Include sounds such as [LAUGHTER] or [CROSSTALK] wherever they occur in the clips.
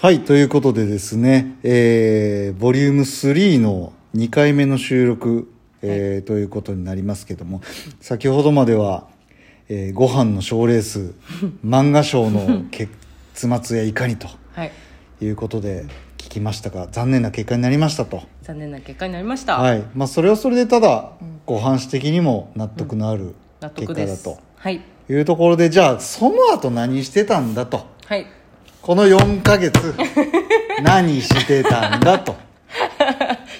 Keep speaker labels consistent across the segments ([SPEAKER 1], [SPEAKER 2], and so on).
[SPEAKER 1] はい、ということでですね、えー、ボリューム3の2回目の収録、えーということになりますけども、先ほどまでは、えーご飯の賞ーレー
[SPEAKER 2] [LAUGHS]
[SPEAKER 1] ス、漫画賞の結末やいかにと
[SPEAKER 2] はい
[SPEAKER 1] いうことで聞きましたが、残念な結果になりましたと。
[SPEAKER 2] 残念な結果になりました、
[SPEAKER 1] はい。まあ、それはそれでただ、ご飯史的にも納得のある
[SPEAKER 2] 納
[SPEAKER 1] 結
[SPEAKER 2] 得
[SPEAKER 1] 果
[SPEAKER 2] で
[SPEAKER 1] だ
[SPEAKER 2] す
[SPEAKER 1] と。
[SPEAKER 2] はい
[SPEAKER 1] いうところで、じゃあ、その後何してたんだと。
[SPEAKER 2] はい
[SPEAKER 1] この4ヶ月何してたんだと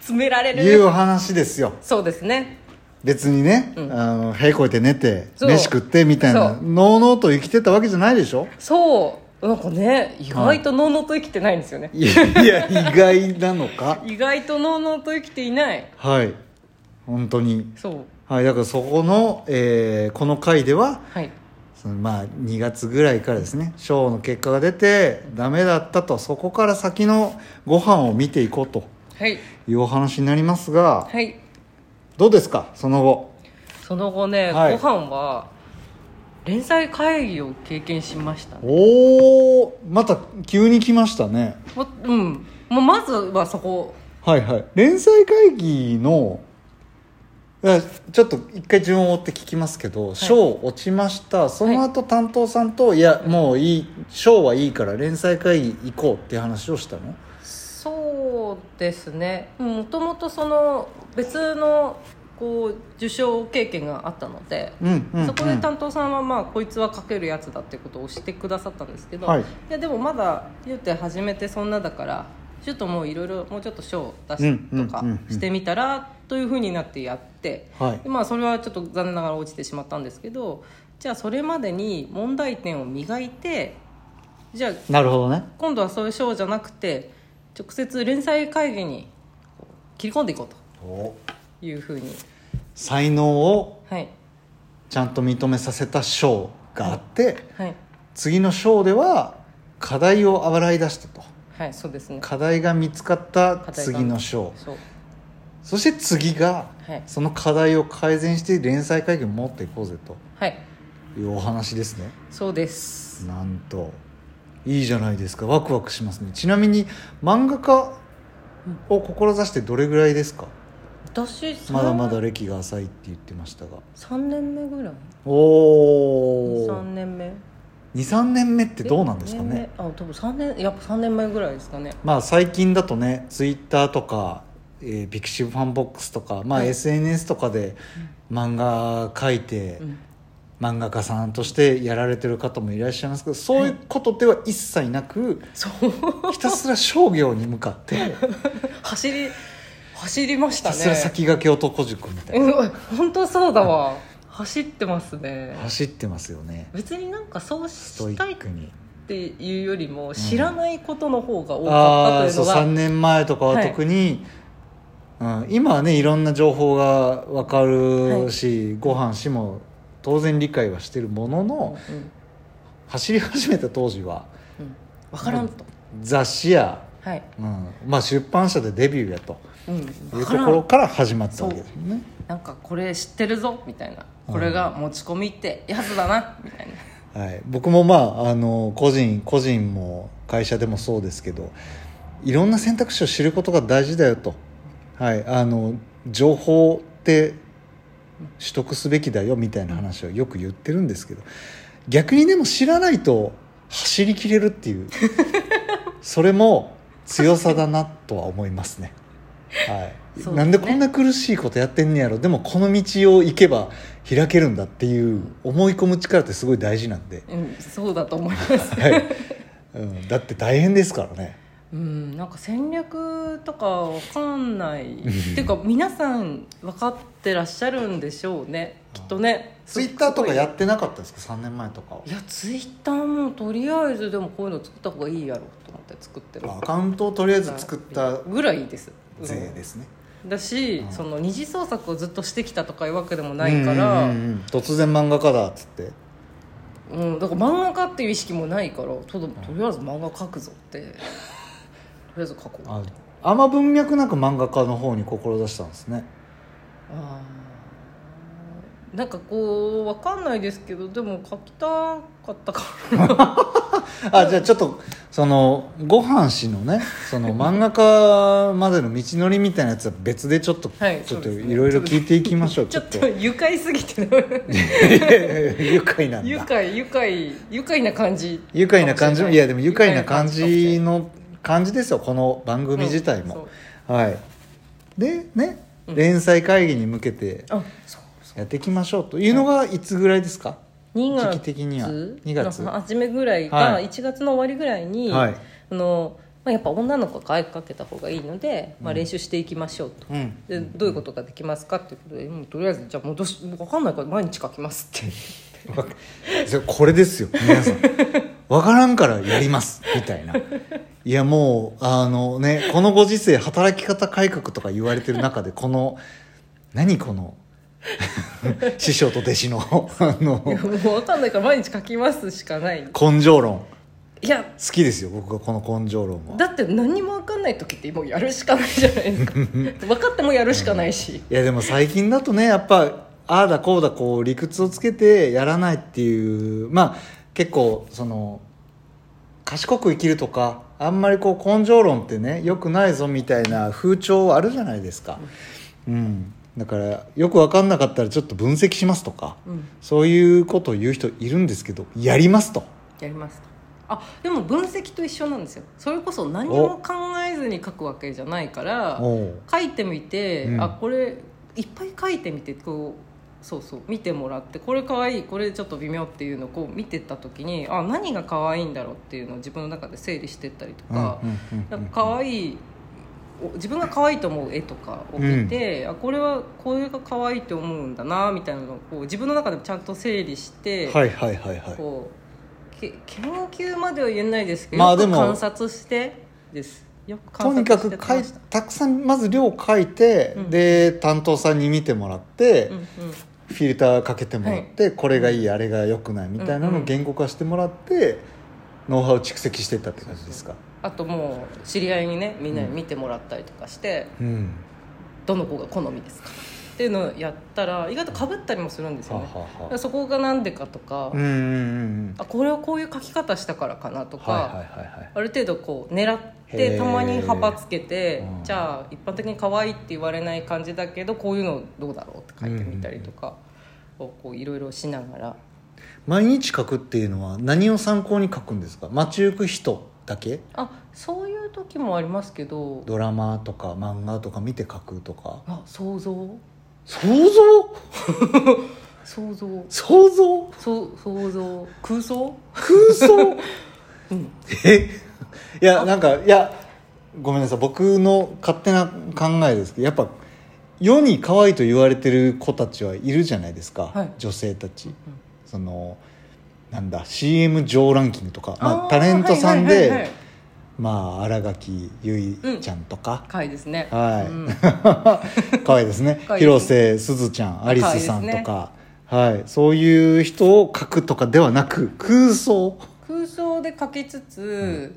[SPEAKER 2] 詰められ
[SPEAKER 1] いう
[SPEAKER 2] る
[SPEAKER 1] 話ですよ
[SPEAKER 2] そうですね
[SPEAKER 1] 別にね、あの屁こいて寝て
[SPEAKER 2] そう
[SPEAKER 1] 飯食ってみたいな
[SPEAKER 2] そう
[SPEAKER 1] のうのうと生きてたわけじゃないでしょ
[SPEAKER 2] そうなんかね意外とのうのうと生きてないんですよね、
[SPEAKER 1] いや意外なのか
[SPEAKER 2] 意外とのうのうと生きていない
[SPEAKER 1] はい本当に
[SPEAKER 2] そう
[SPEAKER 1] はいだからそこの、えーこの回では
[SPEAKER 2] はい
[SPEAKER 1] そのまあ2月ぐらいからですねショーの結果が出てダメだったとそこから先のご飯を見ていこうと
[SPEAKER 2] はい
[SPEAKER 1] いうお話になりますが
[SPEAKER 2] はい
[SPEAKER 1] どうですかその後
[SPEAKER 2] その後ね、
[SPEAKER 1] はい
[SPEAKER 2] ご飯は連載会議を経験しましたね
[SPEAKER 1] おおまた急に来ましたね
[SPEAKER 2] もうんもうまずはそこ
[SPEAKER 1] はいはい連載会議のいやちょっと一回順を追って聞きますけど賞、落ちましたその後担当さんと、い、やもういい賞はいいから連載会議行こうっていう話をしたの
[SPEAKER 2] そうですねもともとその別のこう受賞経験があったので、
[SPEAKER 1] うんうん、うん、
[SPEAKER 2] そこで担当さんは、まあ、こいつは書けるやつだってことをしてくださったんですけど、
[SPEAKER 1] はい
[SPEAKER 2] いやでもまだ言うて始めてそんなだからちょっともういろいろもうちょっと賞を出すとか
[SPEAKER 1] うんうんうんうん
[SPEAKER 2] してみたらというふうになってやって、
[SPEAKER 1] はい
[SPEAKER 2] でまあ、それはちょっと残念ながら落ちてしまったんですけどじゃあそれまでに問題点を磨いてじゃあ
[SPEAKER 1] なるほどね
[SPEAKER 2] 今度はそういう賞じゃなくて直接連載会議にこう切り込んでいこうというふうに、
[SPEAKER 1] 才能を
[SPEAKER 2] はい
[SPEAKER 1] ちゃんと認めさせた賞があって、
[SPEAKER 2] はい
[SPEAKER 1] 次の賞では課題を洗い出したと
[SPEAKER 2] はい、そうですね。
[SPEAKER 1] 課題が見つかった
[SPEAKER 2] 課題が
[SPEAKER 1] 次の章
[SPEAKER 2] そう
[SPEAKER 1] そして次が
[SPEAKER 2] はい
[SPEAKER 1] その課題を改善して連載会議を持っていこうぜと
[SPEAKER 2] はい
[SPEAKER 1] いうお話ですね
[SPEAKER 2] そうです
[SPEAKER 1] なんといいじゃないですかワクワクしますねちなみに漫画家を志してどれぐらいですか
[SPEAKER 2] 私さん
[SPEAKER 1] まだまだ歴が浅いって言ってましたが
[SPEAKER 2] 3年目ぐらい
[SPEAKER 1] お
[SPEAKER 2] 3
[SPEAKER 1] お
[SPEAKER 2] 年目
[SPEAKER 1] 23年目ってどうなんですか
[SPEAKER 2] え
[SPEAKER 1] ね
[SPEAKER 2] 二年目あ多分3年やっぱ3年前ぐらいですかね
[SPEAKER 1] まあ最近だとねツイッターとか、えー、ビクシブファンボックスとか、まあ、
[SPEAKER 2] はい
[SPEAKER 1] SNS とかで漫画描いて、
[SPEAKER 2] うん
[SPEAKER 1] 漫画家さんとしてやられてる方もいらっしゃいますけどそういうことでは一切な
[SPEAKER 2] [LAUGHS]
[SPEAKER 1] く、
[SPEAKER 2] そう
[SPEAKER 1] ひたすら商業に向かって
[SPEAKER 2] 走り走りまし
[SPEAKER 1] ひ
[SPEAKER 2] た
[SPEAKER 1] た
[SPEAKER 2] ね
[SPEAKER 1] すら先駆け男塾みたいな
[SPEAKER 2] うん本当そうだわ走ってますね
[SPEAKER 1] 走ってますよね
[SPEAKER 2] 別になんかそう
[SPEAKER 1] ストイ
[SPEAKER 2] したい
[SPEAKER 1] ッ
[SPEAKER 2] っ
[SPEAKER 1] クに
[SPEAKER 2] ていうよりも知らないことの方が多か
[SPEAKER 1] あ
[SPEAKER 2] っ
[SPEAKER 1] あ
[SPEAKER 2] た
[SPEAKER 1] ー
[SPEAKER 2] とい
[SPEAKER 1] そうう
[SPEAKER 2] のが、
[SPEAKER 1] 3年前とかは特に、うん、今はねいろんな情報が分かるし、ご飯しも当然理解はしてるものの
[SPEAKER 2] うん
[SPEAKER 1] 走り始めた当時は
[SPEAKER 2] うん、分からんと、
[SPEAKER 1] 雑誌や、
[SPEAKER 2] はい、
[SPEAKER 1] うんまあ、出版社でデビューやと
[SPEAKER 2] うん、
[SPEAKER 1] い
[SPEAKER 2] 分
[SPEAKER 1] う
[SPEAKER 2] か
[SPEAKER 1] と
[SPEAKER 2] ら
[SPEAKER 1] ころ
[SPEAKER 2] ん
[SPEAKER 1] から始まったわけですよね
[SPEAKER 2] なんかこれ知ってるぞみたいなこれが持ち込みってやつだなみたいな
[SPEAKER 1] はい、僕もまああの個人個人も会社でもそうですけどいろんな選択肢を知ることが大事だよと、はい、あの情報って取得すべきだよみたいな話をよく言ってるんですけど逆にでも知らないと走りきれるっていう
[SPEAKER 2] [LAUGHS]
[SPEAKER 1] それも強さだなとは思いますね。はい
[SPEAKER 2] そうですね
[SPEAKER 1] なんでこんな苦しいことやってんねやろでもこの道を行けば開けるんだっていう思い込む力ってすごい大事なん [LAUGHS] で、
[SPEAKER 2] うん、そうだと思います。
[SPEAKER 1] はいうん、だって大変ですからね
[SPEAKER 2] うん、なんか戦略とかわかんない。っていうか、皆さん分かってらっしゃるんでしょうね。きっとね。
[SPEAKER 1] [LAUGHS] ツイッターとかや
[SPEAKER 2] す
[SPEAKER 1] ってなかったですか3年前とかは
[SPEAKER 2] ごいいや、ツイッターもとりあえず、でも、こういうの作った方がいいやろうと思って作ってる。
[SPEAKER 1] アカウントをとりあえず作った
[SPEAKER 2] ぐらいです。うん
[SPEAKER 1] 税ですね、
[SPEAKER 2] だし、
[SPEAKER 1] うん
[SPEAKER 2] その二次創作をずっとしてきたとかいうわけでもないから。
[SPEAKER 1] うんうんうんうん突然漫画家だっつって
[SPEAKER 2] うん、だから漫画家っていう意識もないからとどとりあえず漫画描くぞ
[SPEAKER 1] [LAUGHS]
[SPEAKER 2] ってとりあえず描こうあ
[SPEAKER 1] ああんま文脈なく漫画家の方に志したんですね
[SPEAKER 2] あーなんかこうわかんないですけどでも描きたかったから
[SPEAKER 1] あじゃあちょっとそのご飯氏のねそ
[SPEAKER 2] [LAUGHS]
[SPEAKER 1] の漫画家までの道のりみたいなやつは別でちょっと、
[SPEAKER 2] はい
[SPEAKER 1] ちょっと
[SPEAKER 2] そうですね
[SPEAKER 1] いろいろ聞いていきましょ [LAUGHS] う
[SPEAKER 2] ちょっ
[SPEAKER 1] ちょ
[SPEAKER 2] [LAUGHS] と
[SPEAKER 1] っ
[SPEAKER 2] 愉快すぎてる
[SPEAKER 1] と愉快なんだ
[SPEAKER 2] 愉快愉快愉快な感じ
[SPEAKER 1] 愉快な感じ
[SPEAKER 2] か
[SPEAKER 1] も
[SPEAKER 2] しれない
[SPEAKER 1] やでも愉快な感じ
[SPEAKER 2] 愉
[SPEAKER 1] の感じですよこの番組自体
[SPEAKER 2] うん
[SPEAKER 1] も
[SPEAKER 2] そ、
[SPEAKER 1] はいでね、
[SPEAKER 2] うん
[SPEAKER 1] 連載会議に向けて
[SPEAKER 2] うあそう
[SPEAKER 1] やっていきましょうというのがいつぐらいですか、
[SPEAKER 2] 2月
[SPEAKER 1] 時期的には2月
[SPEAKER 2] の初めぐらい
[SPEAKER 1] は
[SPEAKER 2] か
[SPEAKER 1] い
[SPEAKER 2] 1月の終わりぐらいに、
[SPEAKER 1] はい
[SPEAKER 2] あのまあ、やっぱ女の子が声かけた方がいいので、まあ、練習していきましょうと、
[SPEAKER 1] うん
[SPEAKER 2] でどういうことができますかっていうことでもうとりあえずじゃあ戻しもう分かんないから毎日書きますって
[SPEAKER 1] わかそれ [LAUGHS] これですよ皆さん分からんからやりますみたいないやもうあのねこのご時世働き方改革とか言われてる中でこの何この [LAUGHS] 師匠と弟子のあ
[SPEAKER 2] い
[SPEAKER 1] の
[SPEAKER 2] [LAUGHS] やもう分かんないから毎日書きますしかない
[SPEAKER 1] 根性論
[SPEAKER 2] いや
[SPEAKER 1] 好きですよ僕はこの根性論は
[SPEAKER 2] だって何も分かんない時ってもうやるしかないじゃないですか分かってもやるしかないし、
[SPEAKER 1] いやでも最近だとねやっぱああだこうだこう理屈をつけてやらないっていうまあ結構その賢く生きるとかあんまりこう根性論ってね良くないぞみたいな風潮あるじゃないですか、うん、だからよく分かんなかったらちょっと分析しますとか
[SPEAKER 2] うん、
[SPEAKER 1] そういうことを言う人いるんですけどやりますと
[SPEAKER 2] やりますあでも分析と一緒なんですよそれこそ何も考えずに書くわけじゃないから
[SPEAKER 1] おう
[SPEAKER 2] 書いてみて、
[SPEAKER 1] うん
[SPEAKER 2] あこれいっぱい書いてみてこうそうそう見てもらってこれ可愛いこれちょっと微妙っていうのをこう見てった時にあ何が可愛いんだろうっていうのを自分の中で整理してったりと
[SPEAKER 1] うんうん
[SPEAKER 2] か、
[SPEAKER 1] うんう
[SPEAKER 2] なん
[SPEAKER 1] ん
[SPEAKER 2] か可愛いお自分が可愛いと思う絵とかを見て、あこれはこれが可愛いと思うんだなみたいなのをこう自分の中でもちゃんと整理して、
[SPEAKER 1] はいはいはいは
[SPEAKER 2] こうけ研究までは言えないですけど、
[SPEAKER 1] まあ
[SPEAKER 2] よく
[SPEAKER 1] でも
[SPEAKER 2] 観察してですよく
[SPEAKER 1] いと
[SPEAKER 2] 観
[SPEAKER 1] に
[SPEAKER 2] 察
[SPEAKER 1] か
[SPEAKER 2] して
[SPEAKER 1] く
[SPEAKER 2] やって
[SPEAKER 1] か
[SPEAKER 2] ま
[SPEAKER 1] い
[SPEAKER 2] した
[SPEAKER 1] たくさんまず量を書いて、
[SPEAKER 2] うん
[SPEAKER 1] で担当さんに見てもらって、
[SPEAKER 2] うんうん
[SPEAKER 1] フィルターかけてもらって、これがいいあれが良くないみたいな
[SPEAKER 2] うん
[SPEAKER 1] の
[SPEAKER 2] う
[SPEAKER 1] を
[SPEAKER 2] ん
[SPEAKER 1] 言語化してもらって、ノウハウを蓄積していったって感じですか
[SPEAKER 2] あともう知り合いにねみんなに見てもらったりとかして、
[SPEAKER 1] うん
[SPEAKER 2] どの子が好みですかっていうのをやったら意外とかぶったりもするんです
[SPEAKER 1] は
[SPEAKER 2] よ
[SPEAKER 1] あ
[SPEAKER 2] ね、
[SPEAKER 1] はあ
[SPEAKER 2] だ
[SPEAKER 1] は
[SPEAKER 2] から
[SPEAKER 1] あ
[SPEAKER 2] そこがなんでかとか、
[SPEAKER 1] うんうんうん
[SPEAKER 2] あこれはこういう書き方したからかなとか、
[SPEAKER 1] はいはいはいはい
[SPEAKER 2] ある程度こう狙っ
[SPEAKER 1] へー
[SPEAKER 2] てたまに幅つけて、
[SPEAKER 1] うん
[SPEAKER 2] じゃあ一般的に可愛いって言われない感じだけどこういうのどうだろうって書いてみたりとかをこういろいろしながら、
[SPEAKER 1] 毎日書くっていうのは何を参考に書くんですか街行く人だけ
[SPEAKER 2] あそういう時もありますけど
[SPEAKER 1] ドラマとか漫画とか見て書くとか
[SPEAKER 2] あ想像
[SPEAKER 1] 想像
[SPEAKER 2] 想像
[SPEAKER 1] 想像
[SPEAKER 2] そう想像空想
[SPEAKER 1] 空想
[SPEAKER 2] うん
[SPEAKER 1] [LAUGHS] えいやなんかいやごめんなさい僕の勝手な考えですけどやっぱ世に可愛いと言われてる子たちはいるじゃないですか、
[SPEAKER 2] はい
[SPEAKER 1] 女性たちそのなんだ CM 上ランキングとかまあ、タレントさんで、
[SPEAKER 2] はいはいはいはい
[SPEAKER 1] まあ新垣結衣ちゃんとか、
[SPEAKER 2] 可愛いですね
[SPEAKER 1] はい [LAUGHS]
[SPEAKER 2] うん
[SPEAKER 1] 可愛いですね
[SPEAKER 2] [LAUGHS] 可愛い
[SPEAKER 1] 広瀬すずちゃんアリスさんと
[SPEAKER 2] 可
[SPEAKER 1] か、はい、そういう人を描くとかではなく空想
[SPEAKER 2] 空想で描きつつ、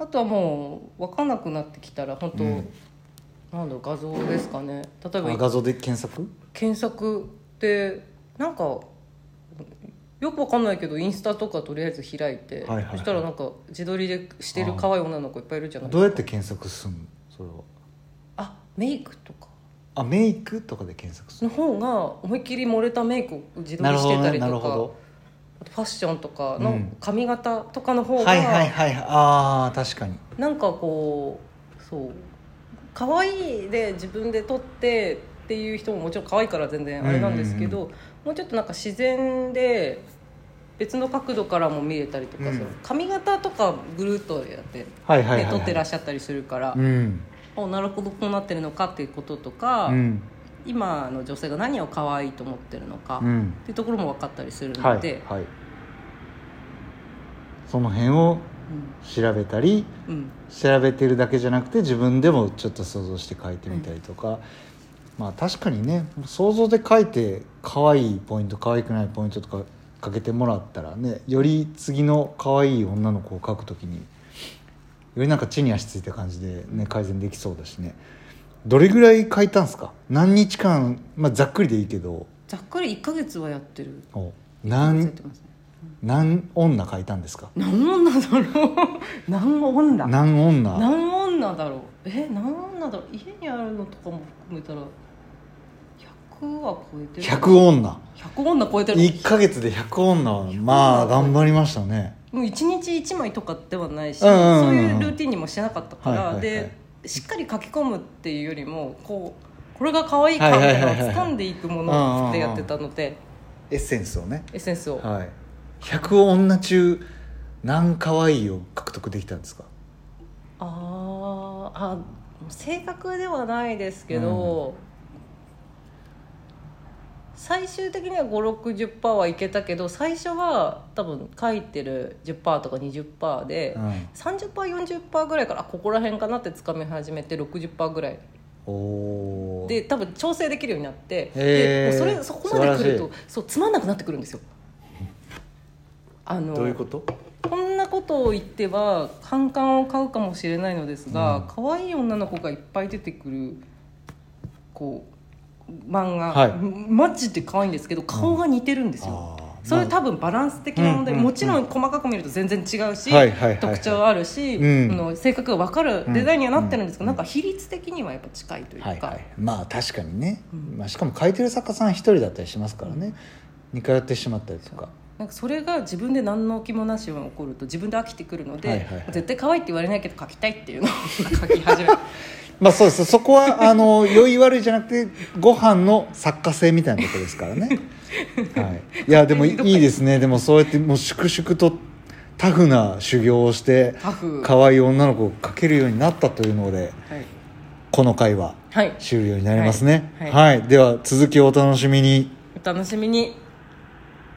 [SPEAKER 2] あとはもう分かんなくなってきたら本当、
[SPEAKER 1] うん
[SPEAKER 2] なんだろう画像ですかね例えば
[SPEAKER 1] あ画像で検索
[SPEAKER 2] 検索ってなんかよくわかんないけどインスタとかとりあえず開いて、
[SPEAKER 1] はいはいはい
[SPEAKER 2] そしたらなんか自撮りでしてる可愛い女の子いっぱいいるじゃない
[SPEAKER 1] どうやって検索すんのそれは
[SPEAKER 2] あメイクとか
[SPEAKER 1] あメイクとかで検索す
[SPEAKER 2] の
[SPEAKER 1] る
[SPEAKER 2] 方が思いっきり漏れたメイクを自撮
[SPEAKER 1] な
[SPEAKER 2] り
[SPEAKER 1] る
[SPEAKER 2] し
[SPEAKER 1] ほ
[SPEAKER 2] て
[SPEAKER 1] ど
[SPEAKER 2] た
[SPEAKER 1] ね
[SPEAKER 2] り
[SPEAKER 1] なる
[SPEAKER 2] と
[SPEAKER 1] ほ
[SPEAKER 2] か、
[SPEAKER 1] ど
[SPEAKER 2] あとファッションとか
[SPEAKER 1] う
[SPEAKER 2] の
[SPEAKER 1] ん
[SPEAKER 2] 髪型とかの方
[SPEAKER 1] はいはい
[SPEAKER 2] が
[SPEAKER 1] はいああ確かに
[SPEAKER 2] なんかこうそう可愛いで自分で撮ってっていう人ももちろん可愛いから全然あれなんですけど、もうちょっとなんか自然で別の角度からも見れたりとか、
[SPEAKER 1] うん
[SPEAKER 2] その髪型とかぐるっとやって、ね
[SPEAKER 1] はいはいはい、はい、
[SPEAKER 2] 撮ってらっしゃったりするから、
[SPEAKER 1] うん
[SPEAKER 2] おなるほどこうなってるのかっていうこととか、
[SPEAKER 1] うん
[SPEAKER 2] 今の女性が何を可愛いと思ってるのか。
[SPEAKER 1] うん
[SPEAKER 2] っていうところも分かったりする
[SPEAKER 1] は
[SPEAKER 2] ので、
[SPEAKER 1] いはいその辺を調べたり
[SPEAKER 2] うんうん、
[SPEAKER 1] 調べてるだけじゃなくて自分でもちょっと想像して書いてみたりとか、まあ確かにね想像で書いて可愛いポイント可愛くないポイントとかかけてもらったらねより次の可愛い女の子を書くときによりなんか地に足ついた感じで、ね、改善できそうだしねどれぐらい書いたんですか何日間、まあ、ざっくりでいいけど
[SPEAKER 2] ざっくり1か月はやってる
[SPEAKER 1] お
[SPEAKER 2] や
[SPEAKER 1] 何
[SPEAKER 2] ってますね
[SPEAKER 1] 何女書いたんですか
[SPEAKER 2] 何女だ
[SPEAKER 1] [LAUGHS]
[SPEAKER 2] ろう何女
[SPEAKER 1] 何女
[SPEAKER 2] 何女だろうえ何女だろう家にあるのとかも含めたら100は超えてる
[SPEAKER 1] 100女
[SPEAKER 2] 100女超えてる
[SPEAKER 1] 1か月で100女はまあ頑張りましたね
[SPEAKER 2] もう1日1枚とかではないし、
[SPEAKER 1] うんうんうん
[SPEAKER 2] そういうルーティンにもしてなかったから、
[SPEAKER 1] はいはいはい
[SPEAKER 2] でしっかり書き込むっていうよりもこうこれが可愛いかみたいなのを掴んでいくものってやってたので
[SPEAKER 1] エッセンスをね
[SPEAKER 2] エッセンスを、
[SPEAKER 1] はい100女中何可愛いを獲得できたんですか
[SPEAKER 2] あーあ正確ではないですけど、最終的には560%はいけたけど最初は多分書いてる10%とか20%で、
[SPEAKER 1] うん
[SPEAKER 2] 30%40% ぐらいからあここら辺かなってつかみ始めて60%ぐらい
[SPEAKER 1] おー
[SPEAKER 2] で多分調整できるようになって
[SPEAKER 1] へー
[SPEAKER 2] でもうそれそこまで来る
[SPEAKER 1] 素晴
[SPEAKER 2] とそうつまんなくなってくるんですよ。あの
[SPEAKER 1] どういうこと
[SPEAKER 2] こんなことを言ってはカンカンを買うかもしれないのですが、
[SPEAKER 1] うん
[SPEAKER 2] 可愛い女の子がいっぱい出てくるこう漫画、
[SPEAKER 1] はい
[SPEAKER 2] マジで可愛いんですけど顔が似てるんですよ、
[SPEAKER 1] あー
[SPEAKER 2] それ
[SPEAKER 1] まあ
[SPEAKER 2] 多分バランス的な問題、
[SPEAKER 1] うんうんうん
[SPEAKER 2] もちろん細かく見ると全然違うし、
[SPEAKER 1] はいはいはいはい
[SPEAKER 2] 特徴あるし、
[SPEAKER 1] うん
[SPEAKER 2] あの性格が分かるデザインにはなってるんですけ
[SPEAKER 1] う
[SPEAKER 2] ど、
[SPEAKER 1] ん
[SPEAKER 2] なんか比率的にはやっぱ近いというか、
[SPEAKER 1] はいはい、まあ確かにね、
[SPEAKER 2] うん
[SPEAKER 1] まあ、しかも書いてる作家さん一人だったりしますからね、似通ってしまったりとか
[SPEAKER 2] なんかそれが自分で何の気もなしに起こると自分で飽きてくるので、
[SPEAKER 1] はいはいはい
[SPEAKER 2] 絶対可愛いって言われないけど描きたいっていうのを [LAUGHS] 描き始める。
[SPEAKER 1] まあそうですそこはあの良い悪いじゃなくてご飯の作家性みたいなことですから
[SPEAKER 2] [LAUGHS]
[SPEAKER 1] ね、はい、いやでもいいですねでもそうやってもう粛々とタフな修行をして
[SPEAKER 2] タフ
[SPEAKER 1] 可愛い女の子を描けるようになったというので
[SPEAKER 2] はい
[SPEAKER 1] この回は
[SPEAKER 2] はい、
[SPEAKER 1] 終了になりますね
[SPEAKER 2] はい
[SPEAKER 1] はい、では続きをお楽しみに
[SPEAKER 2] お楽しみに。